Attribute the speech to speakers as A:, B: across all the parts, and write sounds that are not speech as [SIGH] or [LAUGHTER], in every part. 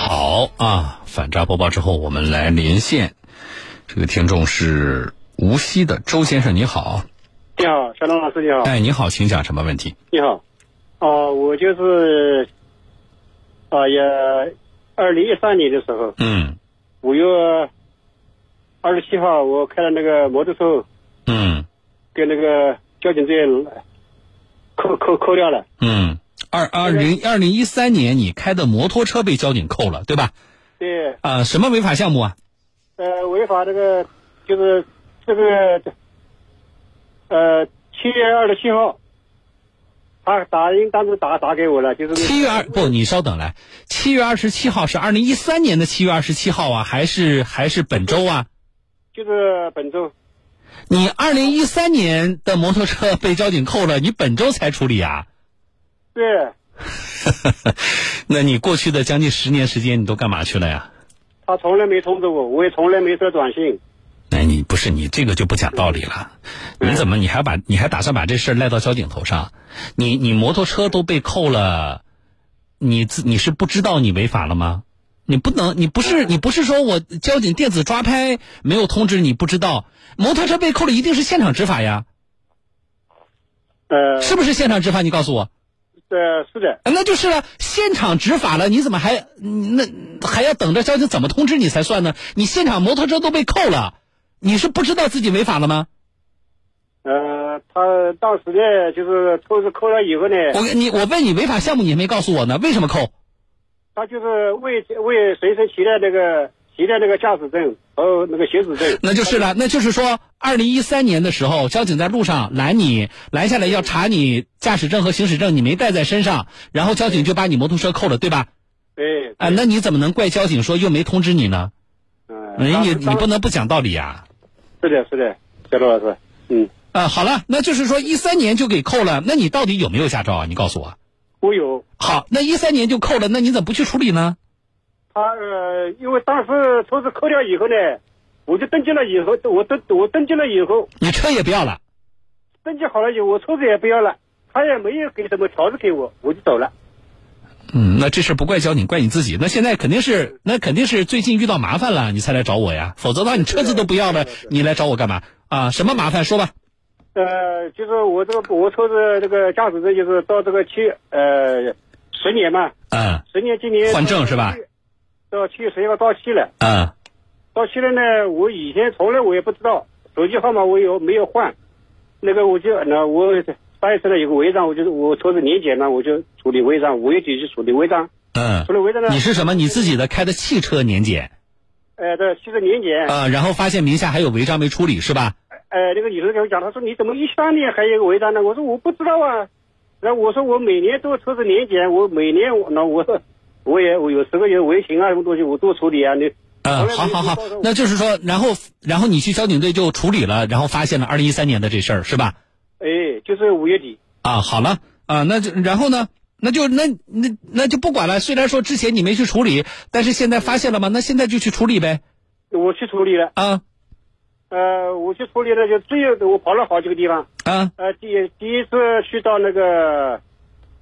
A: 好啊！反诈播报之后，我们来连线，这个听众是无锡的周先生，你好，
B: 你好，小龙老师，你好，
A: 哎，你好，请讲什么问题？
B: 你好，哦，我就是，啊、也二零一三年的时候，
A: 嗯
B: 五月二十七号，我开了那个摩托车
A: 嗯
B: 给那个交警队扣扣扣掉了，
A: 嗯，二二零二零一三年你开的摩托车被交警扣了，对吧？
B: 对，
A: 啊、什么违法项目啊？
B: 呃，违法这个就是这个，呃，七月二十七号，他打印当时打打给我了，就是
A: 七月二不，你稍等来，七月二十七号是二零一三年的七月二十七号啊，还是还是本周啊？
B: 就是本周，
A: 你二零一三年的摩托车被交警扣了，你本周才处理啊？
B: 对。
A: [LAUGHS] 那你过去的将近十年时间，你都干嘛去了呀？
B: 他从来没通知我，我也从来没收到短信。
A: 那哎你不是你这个就不讲道理了，你怎么你还把你还打算把这事儿赖到交警头上？你你摩托车都被扣了，你自你是不知道你违法了吗？你不能，你不是你不是说我交警电子抓拍没有通知你不知道，摩托车被扣了一定是现场执法呀，
B: 呃，
A: 是不是现场执法？你告诉我，
B: 呃，是的，
A: 那就是了，现场执法了，你怎么还嗯那还要等着交警怎么通知你才算呢？你现场摩托车都被扣了，你是不知道自己违法了吗？
B: 呃，他当时呢，就是扣是扣了以后呢，
A: 我跟你我问你违法项目你还没告诉我呢，为什么扣？
B: 他就是未未随身携带那个携带那个驾驶证和那个行驶证。
A: 那就是了，那就是说，二零一三年的时候，交警在路上拦你，拦下来要查你驾驶证和行驶证，你没带在身上，然后交警就把你摩托车扣了，对吧？
B: 对，
A: 啊，那你怎么能怪交警说又没通知你呢？
B: 嗯、
A: 你
B: 当
A: 你
B: 时
A: 哎你不能不讲道理啊！
B: 是的，是的，小罗老师，嗯，
A: 啊，好了，那就是说一三年就给扣了，那你到底有没有驾照啊？你告诉我。
B: 我有
A: 好，那一三年就扣了，那你怎么不去处理呢？
B: 他呃，因为当时车子扣掉以后呢，我就登记了以后，我登我登记了以后，
A: 你车也不要了，
B: 登记好了以后，我车子也不要了，他也没有给什么条子给我，我就走了。
A: 嗯，那这事儿不怪交警，怪你自己。那现在肯定是，那肯定是最近遇到麻烦了，你才来找我呀。否则的话，你车子都不要了，你来找我干嘛啊？什么麻烦？说吧。
B: 呃，就是我这个我车子这个驾驶证就是到这个七呃十年嘛，
A: 嗯
B: 十年今年
A: 换证是吧？
B: 到七月十一号到期了，
A: 嗯
B: 到期了呢，我以前从来我也不知道，手机号码我有没有换，那个我就那我上一次呢有个违章，我就我车子年检嘛，我就处理违章，五月底去处理违章，
A: 嗯
B: 处，理违章呢，
A: 你是什么？你自己的开的汽车年检
B: 呃的汽车年检，
A: 啊、然后发现名下还有违章没处理是吧？
B: 呃，那个女生给我讲，她说你怎么一三年还有一个违章呢？我说我不知道啊。然后我说我每年都车子年检，我每年我那我我也我有时候有违停啊什么东西我都处理啊。你
A: 嗯，好好好，那就是说，然后然后你去交警队就处理了，然后发现了二零一三年的这事儿是吧？
B: 哎，就是五月底，
A: 啊，好了啊，那就然后呢？那就那那那就不管了。虽然说之前你没去处理，但是现在发现了嘛，那现在就去处理呗。
B: 我去处理了。
A: 啊
B: 呃，我去处理了，就只有我跑了好几个地方。
A: 啊
B: 呃，第第一次去到那个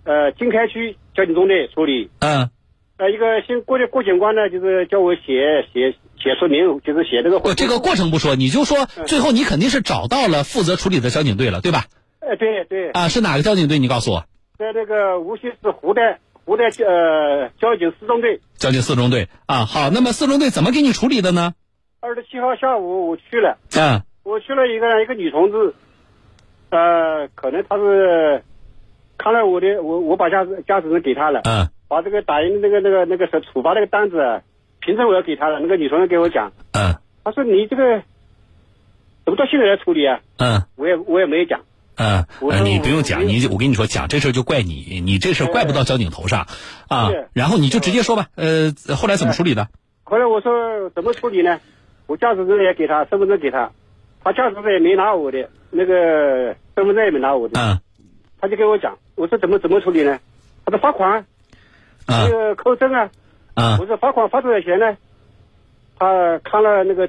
B: 呃经开区交警中队处理。
A: 啊！
B: 呃，一个新过的过检官呢，就是叫我写写写说明，就是写这个
A: 我哦这个过程不说，你就说
B: 嗯
A: 最后你肯定是找到了负责处理的交警队了，对吧？
B: 哎、对对。
A: 啊，是哪个交警队？你告诉我，
B: 在那个无锡市湖南湖南呃交警四中队，
A: 交警四中队啊。好，那么四中队怎么给你处理的呢？
B: 二十七号下午我去了，
A: 啊
B: 我去了一个一个女同志，呃，可能她是看了我的我我把驾驶驾驶证给她了，
A: 啊
B: 把这个打印的那个那个那个处罚那个单子啊，凭证我要给她了。那个女同志给我讲，
A: 啊
B: 她说你这个怎么到现在才处理啊？
A: 啊
B: 我也我也没讲，
A: 啊！
B: 我
A: 呃你不用
B: 我嗯
A: 讲，你我跟你说，讲这事儿就怪你，你这事儿怪不到交警头上啊
B: 是。
A: 然后你就直接说吧，呃，后来怎么处理的？
B: 后来我说怎么处理呢？我驾驶证也给他，身份证给他，他驾驶证也没拿我的，那个身份证也没拿我的，
A: 嗯
B: 他就跟我讲，我说怎么怎么处理呢？他说罚款，啊
A: 嗯
B: 那个扣证啊，
A: 嗯
B: 我说罚款罚多少钱呢？他看了那个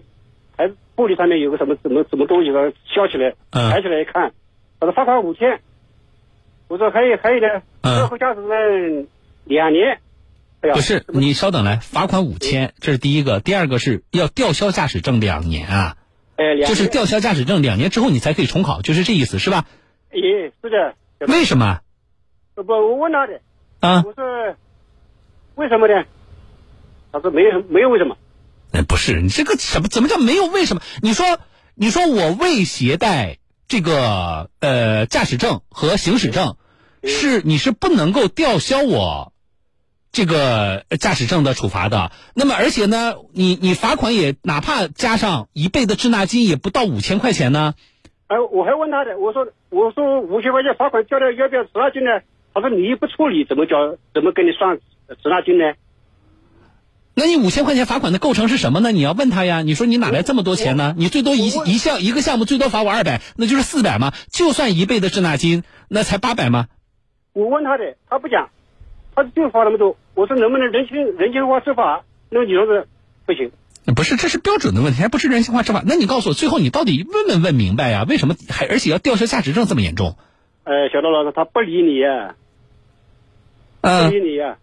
B: 还玻璃上面有个什么什么什么东西，他削起来，
A: 嗯
B: 抬起来一看，他说罚款五千，我说还有还有呢，
A: 嗯
B: 最后驾驶证两年，对啊，
A: 不是，你稍等来，罚款五千，这是第一个，第二个是要吊销驾驶证两年啊，
B: 哎，两
A: 就是
B: 个
A: 吊销驾驶证两年之后你才可以重考，就是这意思是吧？
B: 也哎是的，小
A: 为什么
B: 不，我问他的，
A: 啊？
B: [LAUGHS] 我说为什么呢？他说没有，没有为什么。
A: 哎，不是，你这个什么怎么叫没有为什么？你说，你说我未携带这个呃驾驶证和行驶证，
B: 嗯
A: 是你是不能够吊销我这个呃驾驶证的处罚的。那么而且呢，你你罚款也哪怕加上一倍的滞纳金，也不到五千块钱呢。
B: 哎，我还问他的，我说我说五千块钱罚款交了，要不要滞纳金呢？他说你不处理怎么交，怎么给你算滞纳金呢？
A: 那你五千块钱罚款的构成是什么呢？你要问他呀。你说你哪来这么多钱呢？你最多一
B: 我问
A: 一项一个项目最多罚我二百，那就是四百嘛。就算一倍的滞纳金，那才八百吗？
B: 我问他的，他不讲，他就罚那么多。我说能不能人性人性化执法？那个女同志不行，
A: 不是，这是标准的问题，还不是人性化执法。那你告诉我，最后你到底问没问明白呀、为什么还而且要吊销驾驶证这么严重？
B: 呃，小赵老师他不理你呀、不
A: 嗯、
B: 理你啊呀、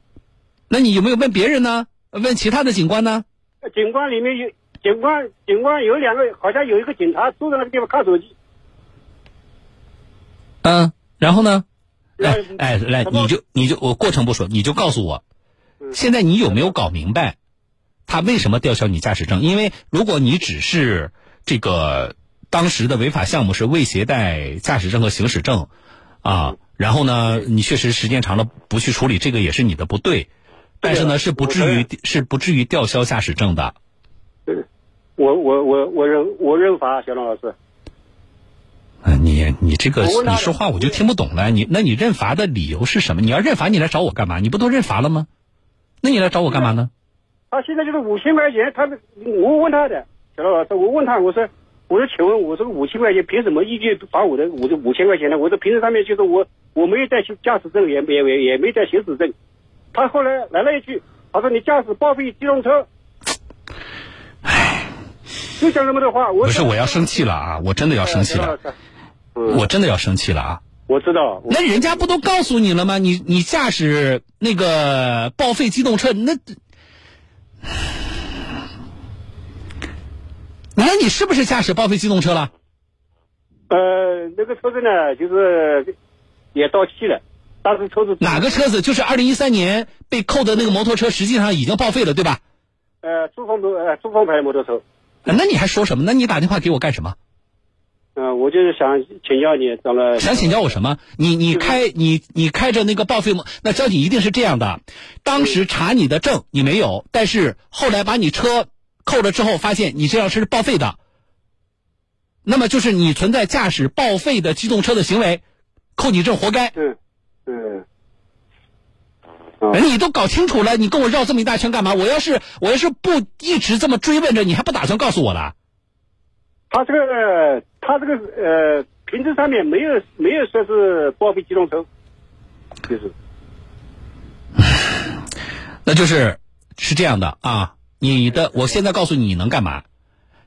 A: 那你有没有问别人呢？问其他的警官呢？
B: 警官里面有警官，警官有两个，好像有一个警察坐在那个地方看手机。
A: 嗯、然后呢？哎
B: 嗯
A: 哎，来，
B: 好不好
A: 你就你就我过程不说，你就告诉我，现在你有没有搞明白他为什么吊销你驾驶证？因为如果你只是这个当时的违法项目是未携带驾驶证和行驶证啊，然后呢，你确实时间长了不去处理，这个也是你的不对，但是呢，是不至于是不至于吊销驾驶证的。
B: 我我我我认我认罚，小赵老师。
A: 啊，你你这个
B: 我问他
A: 你说话我就听不懂了。你那你认罚的理由是什么？你要认罚，你来找我干嘛？你不都认罚了吗？那你来找我干嘛呢？
B: 他现在就是五千块钱，他我问他的，小赵老师，我问他，我说，我说，请问，我这个五千块钱凭什么依据罚我的我这五千块钱呢？我说，凭证上面就是我我没有带行驾驶证，也也也也没带行驶证。他后来来了一句，他说你驾驶报废机动车。就讲这么多话，我
A: 不是，我要生气了啊！我真的要生气了，。
B: 嗯，
A: 我真的要生气了啊！
B: 我知道，我
A: 那人家不都告诉你了吗？你你驾驶那个报废机动车，那，那你是不是驾驶报废机动车了？
B: 呃，那个车子呢，就是也到期了，但是车子
A: 哪个车子？就是二零一三年被扣的那个摩托车，实际上已经报废了，对吧？
B: 呃珠峰摩呃珠峰牌摩托车。
A: 啊那你还说什么？那你打电话给我干什么？
B: 嗯、我就是想请教你，张了，
A: 想请教我什么？你你开你你开着那个报废摩，那交警一定是这样的。当时查你的证你没有，但是后来把你车扣了之后，发现你这辆车是报废的，那么就是你存在驾驶报废的机动车的行为，扣你证活该。
B: 嗯嗯，
A: 你都搞清楚了，你跟我绕这么一大圈干嘛？我要是我要是不一直这么追问着，你还不打算告诉我了？
B: 他这个他这个呃，凭证上面没有没有说是报废机动车，就是
A: 那就是是这样的啊，你的我现在告诉你你能干嘛？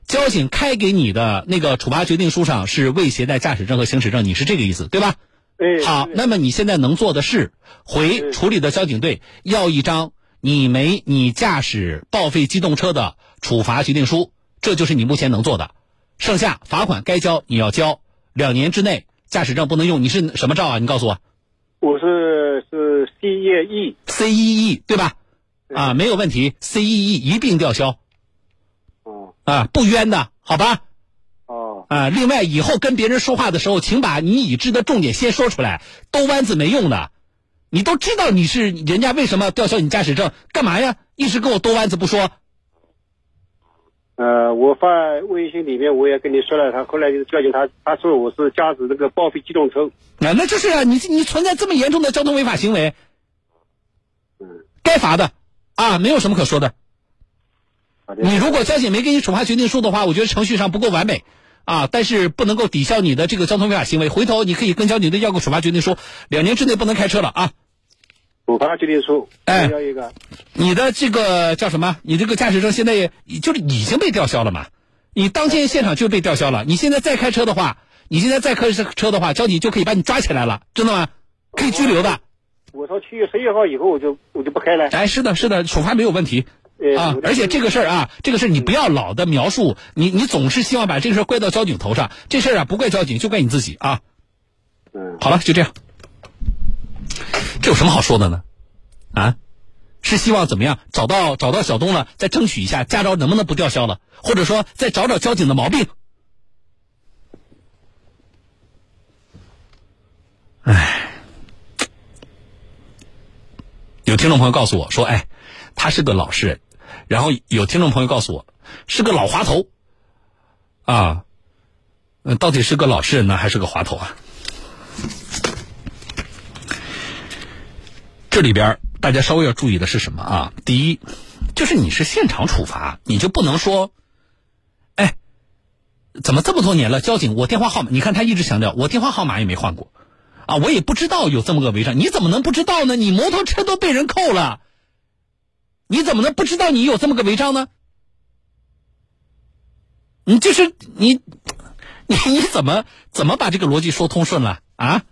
A: 交警开给你的那个处罚决定书上是未携带驾驶证和行驶证，你是这个意思对吧？
B: 哎，
A: 好，那么你现在能做的是回处理的交警队要一张你没你驾驶报废机动车的处罚决定书，这就是你目前能做的。剩下罚款该交你要交，两年之内驾驶证不能用，你是什么照啊？你告诉我。
B: 我是是 C E E，
A: C E E 对吧？啊，没有问题，C E E 一并吊销
B: 哦
A: 啊，不冤的，好吧？
B: 哦，
A: 啊，另外以后跟别人说话的时候，请把你已知的重点先说出来，兜弯子没用的。你都知道你是人家为什么吊销你驾驶证，干嘛呀？一直跟我兜弯子不说，
B: 呃，我发微信里面我也跟你说了，他后来就交警他他说我是驾驶那个报废机动车，
A: 啊，那就是啊，你你存在这么严重的交通违法行为，该罚的啊，没有什么可说的。
B: 好的
A: 你如果交警没给你处罚决定书的话，我觉得程序上不够完美啊，但是不能够抵消你的这个交通违法行为。回头你可以跟交警队要个处罚决定书，两年之内不能开车了啊。
B: 处罚决定书，
A: 哎
B: 要一个，
A: 你的这个叫什么？你这个驾驶证现在也就是已经被吊销了嘛？你当天现场就被吊销了。你现在再开车的话，你现在再开车的话，交警就可以把你抓起来了，知道吗？可以拘留的。
B: 我从七月十一号以后我就我就不开了。
A: 哎，是的，是的，处罚没有问题。
B: 呃
A: 啊
B: 我，的
A: 而且这个事儿啊，这个事儿你不要老的描述，你你总是希望把这个事儿怪到交警头上，这事儿啊不怪交警，就怪你自己啊。
B: 嗯，
A: 好了，就这样，这有什么好说的呢？啊，是希望怎么样找到找到小东了，再争取一下驾照能不能不吊销了，或者说再找找交警的毛病。有听众朋友告诉我说，哎，他是个老实人。然后有听众朋友告诉我，是个老滑头，啊，嗯，到底是个老实人呢，还是个滑头啊？这里边儿大家稍微要注意的是什么啊？第一，就是你是现场处罚，你就不能说，哎，怎么这么多年了，交警我电话号码，你看他一直强调我电话号码也没换过，啊，我也不知道有这么个违章，你怎么能不知道呢？你摩托车都被人扣了，你怎么能不知道你有这么个违章呢？你就是你，你你怎么怎么把这个逻辑说通顺了啊？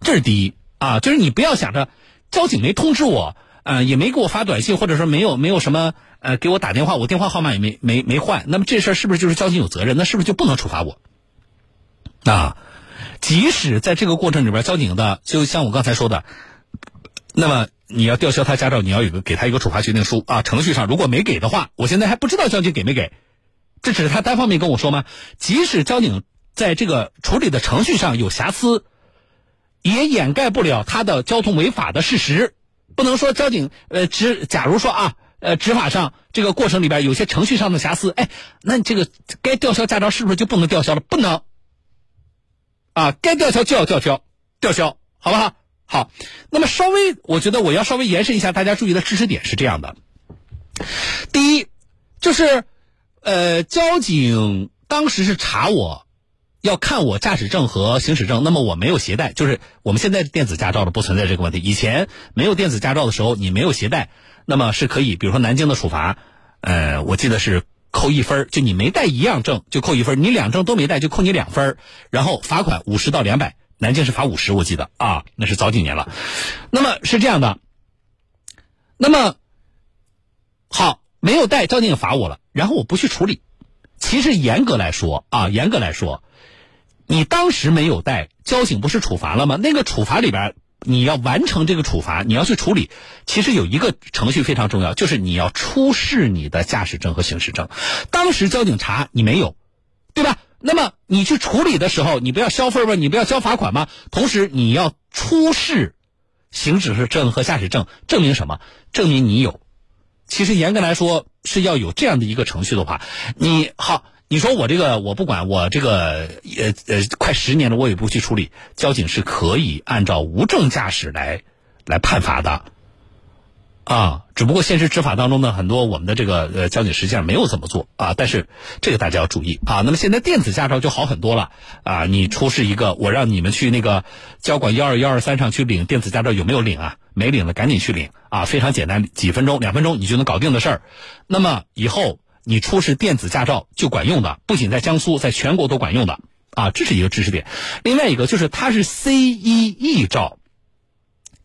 A: 这是第一啊，就是你不要想着交警没通知我，呃，也没给我发短信，或者说没有没有什么呃给我打电话，我电话号码也没没没换，那么这事儿是不是就是交警有责任？那是不是就不能处罚我？啊，即使在这个过程里边，交警的就像我刚才说的，那么你要吊销他驾照，你要有个给他一个处罚决定书啊。程序上如果没给的话，我现在还不知道交警给没给，这只是他单方面跟我说吗？即使交警在这个处理的程序上有瑕疵，也掩盖不了他的交通违法的事实。不能说交警呃执，假如说啊呃执法上这个过程里边有些程序上的瑕疵，哎，那这个该吊销驾照是不是就不能吊销了？不能，啊，该吊销就要吊销，吊销，好不好？好，那么稍微，我觉得我要稍微延伸一下大家注意的知识点是这样的：第一，就是呃，交警当时是查我，要看我驾驶证和行驶证，那么我没有携带，就是我们现在电子驾照的不存在这个问题。以前没有电子驾照的时候，你没有携带，那么是可以，比如说南京的处罚，呃，我记得是扣一分儿，就你没带一样证就扣一分儿，你两证都没带就扣你两分儿，然后罚款五十到两百。南京是罚五十，我记得啊，那是早几年了。那么是这样的，那么好，没有带交警罚我了，然后我不去处理。其实严格来说啊，严格来说，你当时没有带，交警不是处罚了吗？那个处罚里边，你要完成这个处罚，你要去处理。其实有一个程序非常重要，就是你要出示你的驾驶证和行驶证。当时交警查你没有，对吧？那么你去处理的时候，你不要消费吗？你不要交罚款吗？同时你要出示行驶证和驾驶证，证明什么？证明你有。其实严格来说是要有这样的一个程序的话，你好，你说我这个我不管，我这个呃呃快十年了，我也不去处理，交警是可以按照无证驾驶来来判罚的。啊，只不过现实执法当中呢，很多我们的这个呃交警实际上没有这么做啊，但是这个大家要注意啊。那么现在电子驾照就好很多了啊，你出示一个，我让你们去那个交管幺二幺二三上去领电子驾照，有没有领啊？没领的赶紧去领啊，非常简单，几分钟、两分钟你就能搞定的事儿。那么以后你出示电子驾照就管用的，不仅在江苏，在全国都管用的啊，这是一个知识点。另外一个就是它是 C 一 E 照。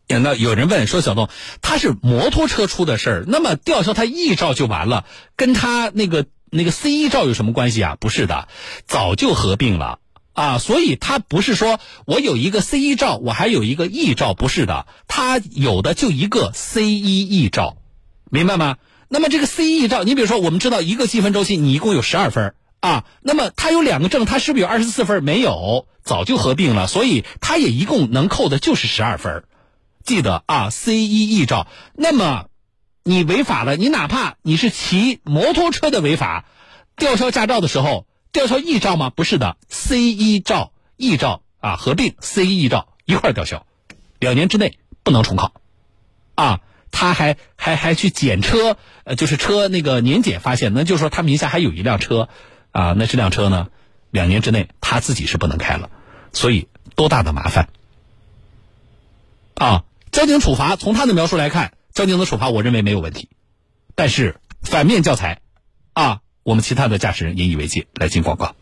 A: 呃那有人问说：“小东，他是摩托车出的事儿，那么吊销他 E 照就完了，跟他那个那个 C 一照有什么关系啊？”不是的，早就合并了啊，所以他不是说我有一个 C 一照，我还有一个 E 照，不是的，他有的就一个 C 一 E 照，明白吗？那么这个 C 一照，你比如说，我们知道一个积分周期，你一共有十二分儿啊，那么他有两个证，他是不是有二十四分儿？没有，早就合并了，所以他也一共能扣的就是十二分儿。记得啊，C 一 E 照。那么，你违法了，你哪怕你是骑摩托车的违法，吊销驾照的时候，吊销 E 照吗？不是的，C 一照、E 照啊合并 C 一 E 照一块儿吊销，两年之内不能重考。啊，他还还还去检车，呃，就是车那个年检发现，那就是说他名下还有一辆车，啊，那这辆车呢，两年之内他自己是不能开了，所以多大的麻烦啊！交警处罚，从他的描述来看，交警的处罚我认为没有问题，但是反面教材，啊，我们其他的驾驶人引以为戒。来进广告。